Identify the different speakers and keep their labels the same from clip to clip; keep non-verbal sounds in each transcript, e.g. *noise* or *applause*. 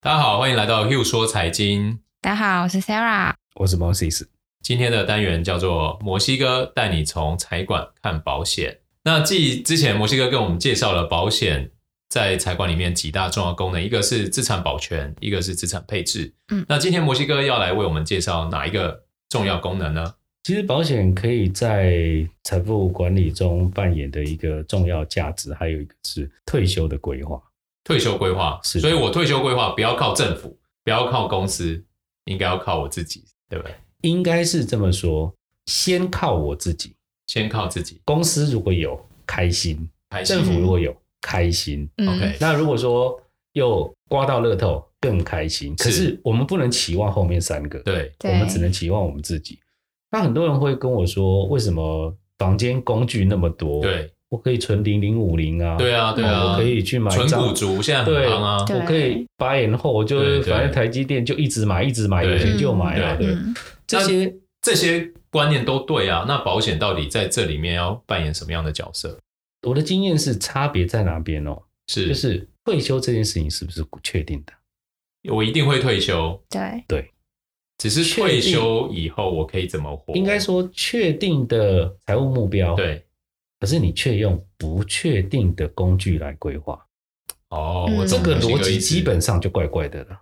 Speaker 1: 大家好，欢迎来到 Hugh 说财经。
Speaker 2: 大家好，我是 Sarah。
Speaker 3: 我是 Moses。
Speaker 1: 今天的单元叫做“墨西哥带你从财管看保险”。那继之前墨西哥跟我们介绍了保险在财管里面几大重要功能，一个是资产保全，一个是资产配置。
Speaker 2: 嗯
Speaker 1: 那今天墨西哥要来为我们介绍哪一个重要功能呢？
Speaker 3: 其实保险可以在财富管理中扮演的一个重要价值，还有一个是退休的规划。
Speaker 1: 退休规划。
Speaker 3: 是
Speaker 1: 所以我退休规划不要靠政府，不要靠公司，应该要靠我自己，对不对？
Speaker 3: 应该是这么说，先靠我自己。
Speaker 1: 先靠自己，
Speaker 3: 公司如果有开心，
Speaker 1: 开心
Speaker 3: 政府如果有开心，
Speaker 2: 嗯
Speaker 1: OK
Speaker 3: 那如果说又刮到乐透更开心。可是我们不能期望后面三个，
Speaker 1: 对，
Speaker 2: 对
Speaker 3: 我们只能期望我们自己。那很多人会跟我说，为什么房间工具那么多？
Speaker 1: 对，
Speaker 3: 我可以存零零五零啊，
Speaker 1: 对啊，对啊，
Speaker 3: 我可以去买
Speaker 1: 存
Speaker 3: 张
Speaker 1: 股族，现在很
Speaker 3: 对
Speaker 1: 夯啊。
Speaker 2: 对
Speaker 3: 我可以八年后，我就
Speaker 1: 对对
Speaker 3: 反正台积电就一直买，一直买，
Speaker 1: 对
Speaker 3: 有钱就买啊。
Speaker 1: 对
Speaker 3: 对，
Speaker 2: 嗯
Speaker 3: 这些
Speaker 1: 这些观念都对啊。那保险到底在这里面要扮演什么样的角色？
Speaker 3: 我的经验是差别在哪边哦？
Speaker 1: 是，
Speaker 3: 就是退休这件事情是不是确定的？
Speaker 1: 我一定会退休，
Speaker 2: 对，
Speaker 1: 只是
Speaker 3: 确定
Speaker 1: 退休以后我可以怎么活？
Speaker 3: 应该说确定的财务目标，。
Speaker 1: 对
Speaker 3: 可是你却用不确定的工具来规划，
Speaker 1: 哦，
Speaker 2: 嗯
Speaker 1: 我
Speaker 3: 这
Speaker 1: 懂
Speaker 3: 个
Speaker 1: 你
Speaker 3: 逻
Speaker 1: 意
Speaker 3: 辑
Speaker 1: 思
Speaker 3: 基本。上就怪怪的了。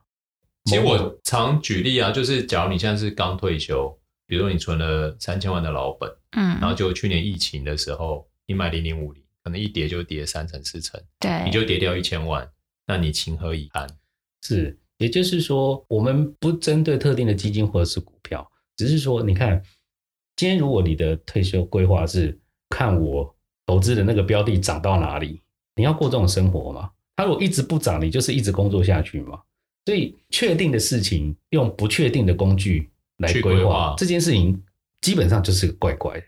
Speaker 1: 其实我常举例啊，就是假如你现在是刚退休，比如说你存了三千万的老本，
Speaker 2: 嗯，
Speaker 1: 然后就去年疫情的时候，你买零零五零，可能一跌就跌三成四成，
Speaker 2: 对，
Speaker 1: 你就跌掉一千万，那你情何以堪？嗯
Speaker 3: 是，也就是说，我们不针对特定的基金或者是股票，只是说，你看，今天如果你的退休规划是看我投资的那个标的涨到哪里，你要过这种生活吗？它如果一直不涨，你就是一直工作下去嘛。所以，确定的事情用不确定的工具来
Speaker 1: 去规
Speaker 3: 规
Speaker 1: 划
Speaker 3: 划这件事情，基本上就是怪怪的。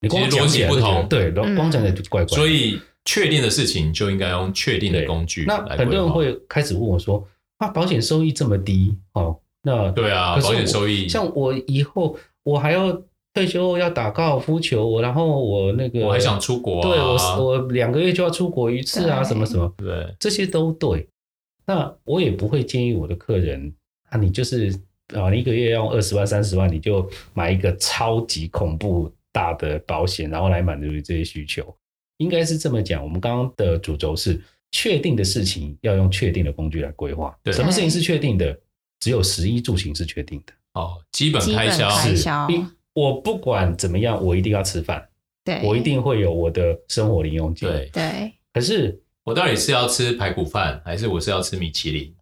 Speaker 3: 你光
Speaker 1: 其实逻
Speaker 3: 讲起
Speaker 1: 辑
Speaker 3: 来
Speaker 1: 不
Speaker 3: 就觉得
Speaker 1: 同
Speaker 3: 对，
Speaker 2: 嗯
Speaker 3: 光讲起来就怪怪的。
Speaker 1: 所以确定的事情就应该用确定的
Speaker 3: 对
Speaker 1: 工具
Speaker 3: 那
Speaker 1: 来规划。
Speaker 3: 很多人会开始问我说：“啊，保险收益这么低，哦，那
Speaker 1: 对啊，
Speaker 3: 可是
Speaker 1: 保险
Speaker 3: 我
Speaker 1: 收益
Speaker 3: 像我以后我还要退休后要打高尔夫球，我然后我那个
Speaker 1: 我还想出国、啊，
Speaker 3: 对我我两个月就要出国一次啊，
Speaker 2: 对
Speaker 3: 什么什么，
Speaker 1: 对
Speaker 3: 这些都对。那我也不会建议我的客人啊，你就是啊，你一个月要二十万、三十万，你就买一个超级恐怖大的保险，然后来满足你这些需求。应该是这么讲。我们刚刚的主轴是确定的事情要用确定的工具来规划。
Speaker 1: 对
Speaker 3: 什么事情是确定的？只有食衣住行是确定的。
Speaker 1: 哦，基本
Speaker 2: 基
Speaker 1: 开
Speaker 2: 本
Speaker 1: 销
Speaker 2: 开
Speaker 1: 是
Speaker 2: 销
Speaker 3: 一我不管怎么样，我一定要吃饭，
Speaker 2: 对，
Speaker 3: 我一定会有我的生活零用金。
Speaker 1: 对
Speaker 2: 对，
Speaker 3: 可是
Speaker 1: 我到底是要吃排骨饭，还是我是要吃米其林？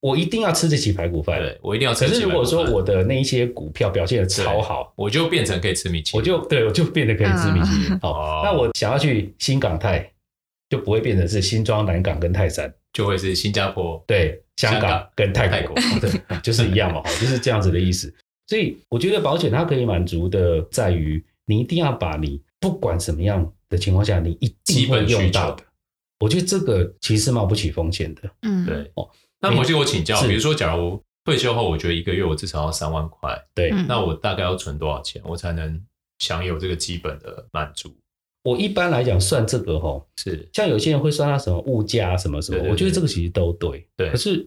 Speaker 3: 我一定要吃得起排骨饭。
Speaker 1: 对我一定要吃
Speaker 3: 可
Speaker 1: 鸡排骨
Speaker 3: 是
Speaker 1: 饭。
Speaker 3: 如果说我的那一些股票表现的超好，
Speaker 1: 我就变成可以吃米其
Speaker 3: 我
Speaker 1: 林，
Speaker 3: 就对我就变得可以吃米其林。
Speaker 1: 哦
Speaker 3: 好，那我想要去新港泰，就不会变成是新庄、南港跟泰山，
Speaker 1: 就会是新加坡。
Speaker 3: 对，香
Speaker 1: 香
Speaker 3: 港
Speaker 1: 港
Speaker 3: 跟泰
Speaker 1: 泰
Speaker 3: 国，
Speaker 1: 国
Speaker 3: *laughs* 对，就是一
Speaker 1: *laughs*
Speaker 3: 样嘛，哦就是这样子的意思。所以我觉得保险它可以满足的在于，你一定要把你不管什么样的情况下，你一
Speaker 1: 基
Speaker 3: 定
Speaker 1: 本
Speaker 3: 会
Speaker 1: 需求
Speaker 3: 用到的。我觉得这个其实是冒不起风险的。
Speaker 2: 嗯，
Speaker 1: 对
Speaker 3: 哦，嗯
Speaker 1: 那某些我请教，
Speaker 3: 是
Speaker 1: 比如说，假如退休后，我觉得一个月我至少要三万块，
Speaker 3: 对，
Speaker 2: 嗯
Speaker 1: 那我大概要存多少钱，我才能享有这个基本的满足？
Speaker 3: 我一般来讲算这个吼，
Speaker 1: 是
Speaker 3: 像有些人会算到什么物价啊什么什么，
Speaker 1: 对对对
Speaker 3: 我觉得这个其实都对。
Speaker 1: 对
Speaker 3: 可是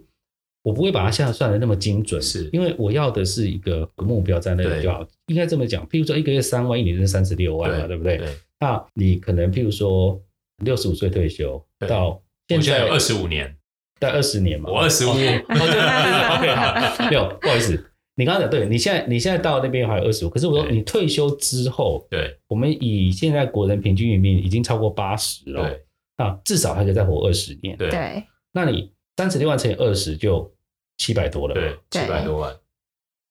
Speaker 3: 我不会把它现在算的那么精准，
Speaker 1: 是
Speaker 3: 因为我要的是一个目标在那
Speaker 1: 对
Speaker 3: 里就好。应该这么讲，譬如说一个月三万，一年是三十六万嘛，对不对？
Speaker 1: 对，
Speaker 3: 那你可能譬如说六十五岁退休
Speaker 1: 对
Speaker 3: 到
Speaker 1: 我
Speaker 3: 现
Speaker 1: 现在
Speaker 3: 在
Speaker 1: 有二十五年，
Speaker 3: 在二十年嘛，
Speaker 1: 我二十五， *laughs*
Speaker 3: 哦，对对对，OK，好，没有，不好意思，你刚刚讲对，你现在你现在到那边还有二十五，可是我说
Speaker 1: 对
Speaker 3: 你退休之后，
Speaker 1: *laughs* 对
Speaker 3: 我们以现在国人平均寿命已经超过八十 *laughs* 了，
Speaker 1: 对
Speaker 3: 那至少还可以再活二十年。
Speaker 1: 对对
Speaker 2: 对，
Speaker 3: 那你三十六万乘以二十就七百多了。
Speaker 1: 对，，七百多万，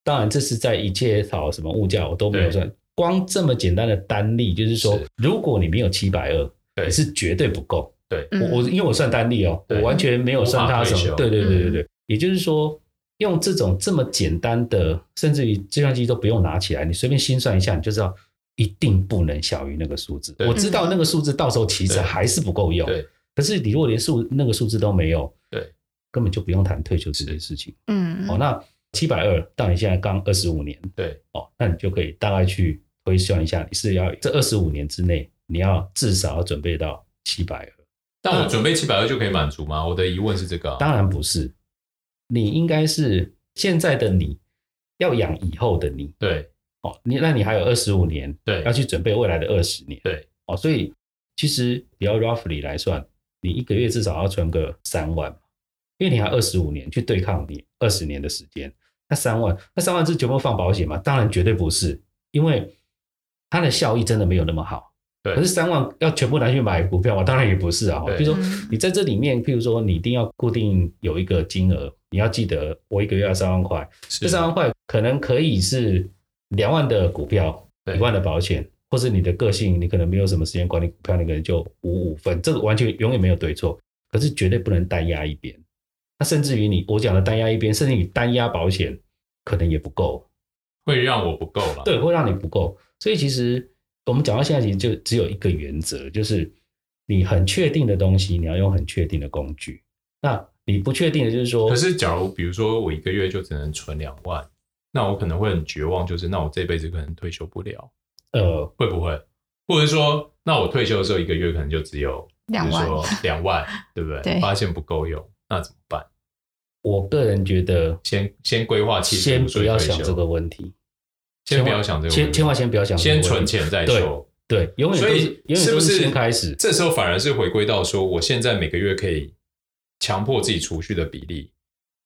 Speaker 3: 当然这是在一切讨什么物价我都没有算，光这么简单的单例，就是说，
Speaker 1: 是
Speaker 3: 如果你没有七百二，
Speaker 1: 对
Speaker 3: 你是绝对不够。
Speaker 1: 对
Speaker 2: 嗯
Speaker 3: 我我因为我算单例哦，
Speaker 1: 对
Speaker 3: 我完全没有算它什
Speaker 1: 无法
Speaker 3: 么。
Speaker 1: 退
Speaker 3: 对
Speaker 1: 休
Speaker 3: 对对对对，也就是说。用这种这么简单的，甚至于计算机都不用拿起来，你随便心算一下，你就知道一定不能小于那个数字
Speaker 1: 对。
Speaker 3: 我知道那个数字到时候其实
Speaker 1: 对
Speaker 3: 还是不够用，
Speaker 1: 对
Speaker 3: 可是你如果连数那个数字都没有，
Speaker 1: 对，
Speaker 3: 根本就不用谈退休这件事情。
Speaker 2: 嗯，
Speaker 3: 哦，那七百二到你现在刚二十五年，
Speaker 1: 对
Speaker 3: 哦，那你就可以大概去推算一下，你是要这二十五年之内，你要至少要准备到七百二。
Speaker 1: 但我准备七百二就可以满足吗？我的疑问是这个啊、
Speaker 3: 嗯当然不是，你应该是现在的你要养以后的你
Speaker 1: 对
Speaker 3: 哦，你那你还有二十五年
Speaker 1: 对
Speaker 3: 要去准备未来的二十年
Speaker 1: 对
Speaker 3: 哦，所以其实你要 roughly 来算，你一个月至少要存个三万，因为你还二十五年去对抗你二十年的时间，那三万，那三万是全部放保险吗？当然绝对不是，因为它的效益真的没有那么好。
Speaker 1: 对
Speaker 3: 可是三万要全部拿去买股票吗？当然也不是啊。
Speaker 1: 对
Speaker 3: 比如说
Speaker 2: 嗯
Speaker 3: 你在这里面，譬如说你一定要固定有一个金额，你要记得我一个月要三万块，这
Speaker 1: 是
Speaker 3: 三万块可能可以是两万的股票，
Speaker 1: 对
Speaker 3: 一万的保险，或是你的个性，你可能没有什么时间管理股票，你可能就五五分，这个完全永远没有对错，可是绝对不能单压一边。那甚至于你我讲的单压一边，甚至你单压保险，可能也不够，
Speaker 1: 会让我不够了。
Speaker 3: 对，会让你不够。所以其实我们讲到现在，其实就只有一个原则，就是你很确定的东西，你要用很确定的工具。那你不确定的，就是说，
Speaker 1: 可是假如比如说我一个月就只能存两万，那我可能会很绝望，就是那我这辈子可能退休不了，
Speaker 3: 呃，
Speaker 1: 会不会？或者说，那我退休的时候一个月可能就只有
Speaker 2: 两
Speaker 1: 比如
Speaker 2: 万，
Speaker 1: 说两万，对不
Speaker 3: *laughs*
Speaker 1: 对？
Speaker 2: 对
Speaker 1: 发现不够用，那怎么办？
Speaker 3: 我个人觉得
Speaker 1: 先先规划七十
Speaker 3: 先
Speaker 1: 五
Speaker 3: 不
Speaker 1: 岁
Speaker 3: 要
Speaker 1: 退
Speaker 3: 想这
Speaker 1: 休，
Speaker 3: 个问题，
Speaker 1: 先不要想这个问
Speaker 3: 千
Speaker 1: 题
Speaker 3: 千万先不要想这个
Speaker 1: 先
Speaker 3: 问题，
Speaker 1: 存钱再说。
Speaker 3: 对，永远
Speaker 1: 所
Speaker 3: 都
Speaker 1: 以
Speaker 3: 是永远
Speaker 1: 不
Speaker 3: 都
Speaker 1: 是
Speaker 3: 先开始，
Speaker 1: 这时候反而是回归到说，我现在每个月可以强迫自己储蓄的比例，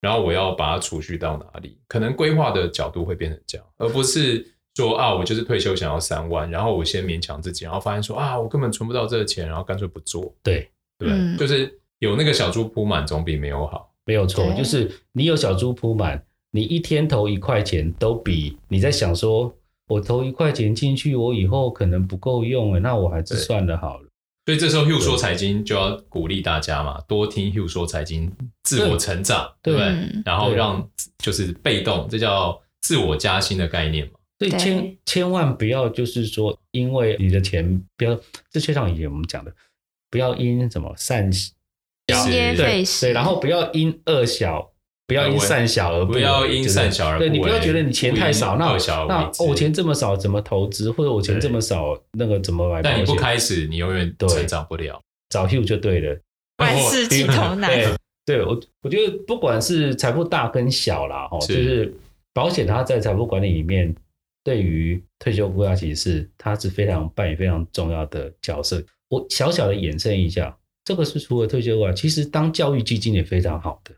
Speaker 1: 然后我要把它储蓄到哪里？可能规划的角度会变成这样，而不是说啊，我就是退休想要三万，然后我先勉强自己，然后发现说啊，我根本存不到这个钱，然后干脆不做，
Speaker 3: 对，
Speaker 1: 对不对？
Speaker 2: 嗯
Speaker 1: 就是有那个小猪铺满，总比没有好。
Speaker 3: 没有错，
Speaker 2: 对
Speaker 3: 就是你有小猪铺满，你一天投一块钱，都比你在想说，我投一块钱进去，我以后可能不够用了，那我还是
Speaker 1: 对
Speaker 3: 算了好了。
Speaker 1: 所以这时候 Hugh 说财经就要鼓励大家嘛，多听 Hugh 说财经，自我成长，对
Speaker 3: 对
Speaker 1: 不对？
Speaker 2: 嗯
Speaker 1: 然后
Speaker 3: 对
Speaker 1: 让就是被动，这叫自我加薪的概念嘛。
Speaker 3: 所以
Speaker 2: 对
Speaker 3: 千千万不要就是说，因为你的钱不要，这就像以前我们讲的，不要因什么善小
Speaker 2: 因噎
Speaker 1: 是
Speaker 2: 废
Speaker 3: 对
Speaker 2: 食，
Speaker 3: 对，然后不要因恶小，不要因善小而
Speaker 1: 不要因善小而不
Speaker 3: 对
Speaker 1: 为。
Speaker 3: 你不要觉得你钱太少，那
Speaker 1: 不因恶小而
Speaker 3: 那
Speaker 1: 为
Speaker 3: 哦
Speaker 1: 之
Speaker 3: 我钱这么少怎么投资，或者我钱
Speaker 1: 对
Speaker 3: 这么少那个怎么买
Speaker 1: 但你
Speaker 3: 保
Speaker 1: 不
Speaker 3: 险？
Speaker 1: 开始，你永远
Speaker 3: 对
Speaker 1: 成长不了。
Speaker 3: 找 Hugh 就对了。
Speaker 2: 万事起头难，
Speaker 3: 哦对，对我我觉得不管是财富大跟小啦，哦，
Speaker 1: 是
Speaker 3: 就是保险它在财富管理里面，对于退休规划其实是它是非常扮演非常重要的角色。我小小的衍生一下，这个是除了退休规划，其实当教育基金也非常好的。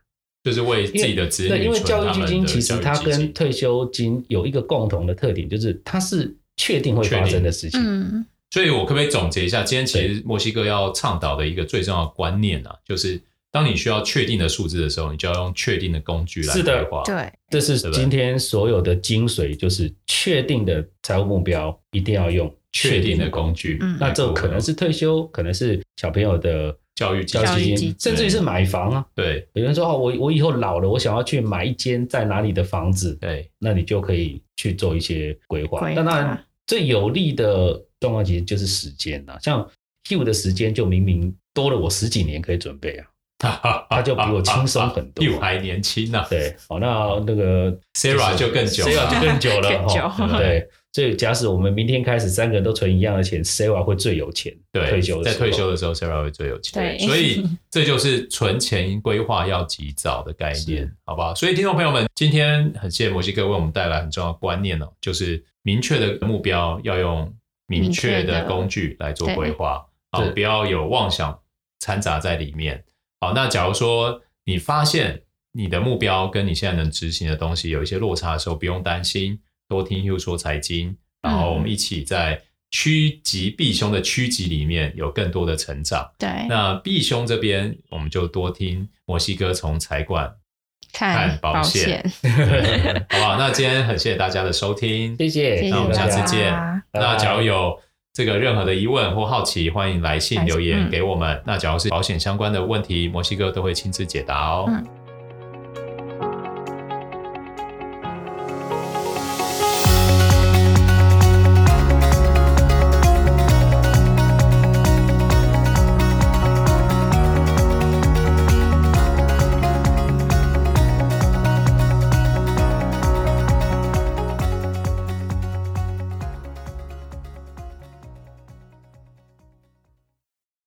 Speaker 1: 就是为自
Speaker 3: 因
Speaker 1: 己
Speaker 3: 为
Speaker 1: 的子
Speaker 3: 对，
Speaker 1: 女
Speaker 3: 因为
Speaker 1: 存
Speaker 3: 教育
Speaker 1: 他
Speaker 3: 基
Speaker 1: 们
Speaker 3: 金
Speaker 1: 的
Speaker 3: 其实
Speaker 1: 教育
Speaker 3: 它
Speaker 1: 基
Speaker 3: 跟
Speaker 1: 金
Speaker 3: 退休金有一个共同的特点，就是它是确定会
Speaker 1: 确定
Speaker 3: 发生的事情。
Speaker 2: 嗯，
Speaker 1: 所以我可不可以总结一下，今天其实墨西哥要倡导的一个最重要的观念啊，就是当你需要确定的数字的时候，你就要用确定的工具来
Speaker 3: 是的
Speaker 1: 规划。
Speaker 2: 对，
Speaker 3: 这是
Speaker 1: 对吧
Speaker 3: 今天所有的精髓，就是确定的财务目标一定要用
Speaker 1: 确定的工具，
Speaker 2: 嗯
Speaker 3: 那这可能是退休，可能是小朋友的
Speaker 1: 教育基
Speaker 3: 教
Speaker 2: 育基
Speaker 3: 育基
Speaker 2: 金
Speaker 3: 金，甚至于是买房啊。
Speaker 1: 对
Speaker 3: 有人说哦，我我以后老了，我想要去买一间在哪里的房子，
Speaker 1: 对
Speaker 3: 那你就可以去做一些规划。
Speaker 2: 规划
Speaker 3: 那当然，最有利的状况其实就是时间啊，像 Hugh 的时间就明明多了我十几年可以准备
Speaker 1: *laughs*
Speaker 3: 啊，他就比我轻松很多。
Speaker 1: 又啊还年轻啊呢、
Speaker 3: 对，好，那那个
Speaker 1: Sarah 就更久了
Speaker 3: Sarah 就更久了
Speaker 2: 更久
Speaker 1: *laughs*
Speaker 3: 哈，对。所以，假使我们明天开始三个人都存一样的钱，Sarah 会最有钱。
Speaker 1: 对，
Speaker 3: 退休的
Speaker 1: 在
Speaker 3: 时候
Speaker 1: 退休的时候，Sarah 会最有钱。
Speaker 2: 对
Speaker 1: 所以这就是存钱规划要及早的概念
Speaker 3: 是，
Speaker 1: 好不好？所以听众朋友们，今天很谢谢墨西哥为我们带来很重要的观念哦，就是明确的目标要用明确
Speaker 2: 明确
Speaker 1: 的
Speaker 2: 的
Speaker 1: 工具来做
Speaker 2: 对
Speaker 1: 规划，好，
Speaker 3: 是
Speaker 1: 不要有妄想掺杂在里面。好，那假如说你发现你的目标跟你现在能执行的东西有一些落差的时候，不用担心，多听 Hugh 说财经，然后我们一起在趋吉避凶的趋吉里面有更多的成长。
Speaker 2: 对，
Speaker 1: 那避凶这边，我们就多听墨西哥从财管， *laughs* 看
Speaker 2: 看
Speaker 1: 保
Speaker 2: 保
Speaker 1: 险
Speaker 2: 险，
Speaker 1: 好不好？那今天很谢谢大家的收听，
Speaker 3: 谢谢，
Speaker 2: 谢谢
Speaker 1: 那我们
Speaker 2: 大
Speaker 1: 下
Speaker 2: 家
Speaker 1: 次见。
Speaker 3: 拜拜
Speaker 1: 那假如有这个任何的疑问或好奇，欢迎来信留言
Speaker 2: 嗯
Speaker 1: 给我们。那假如是保险相关的问题，墨西哥都会亲自解答哦。
Speaker 2: 嗯，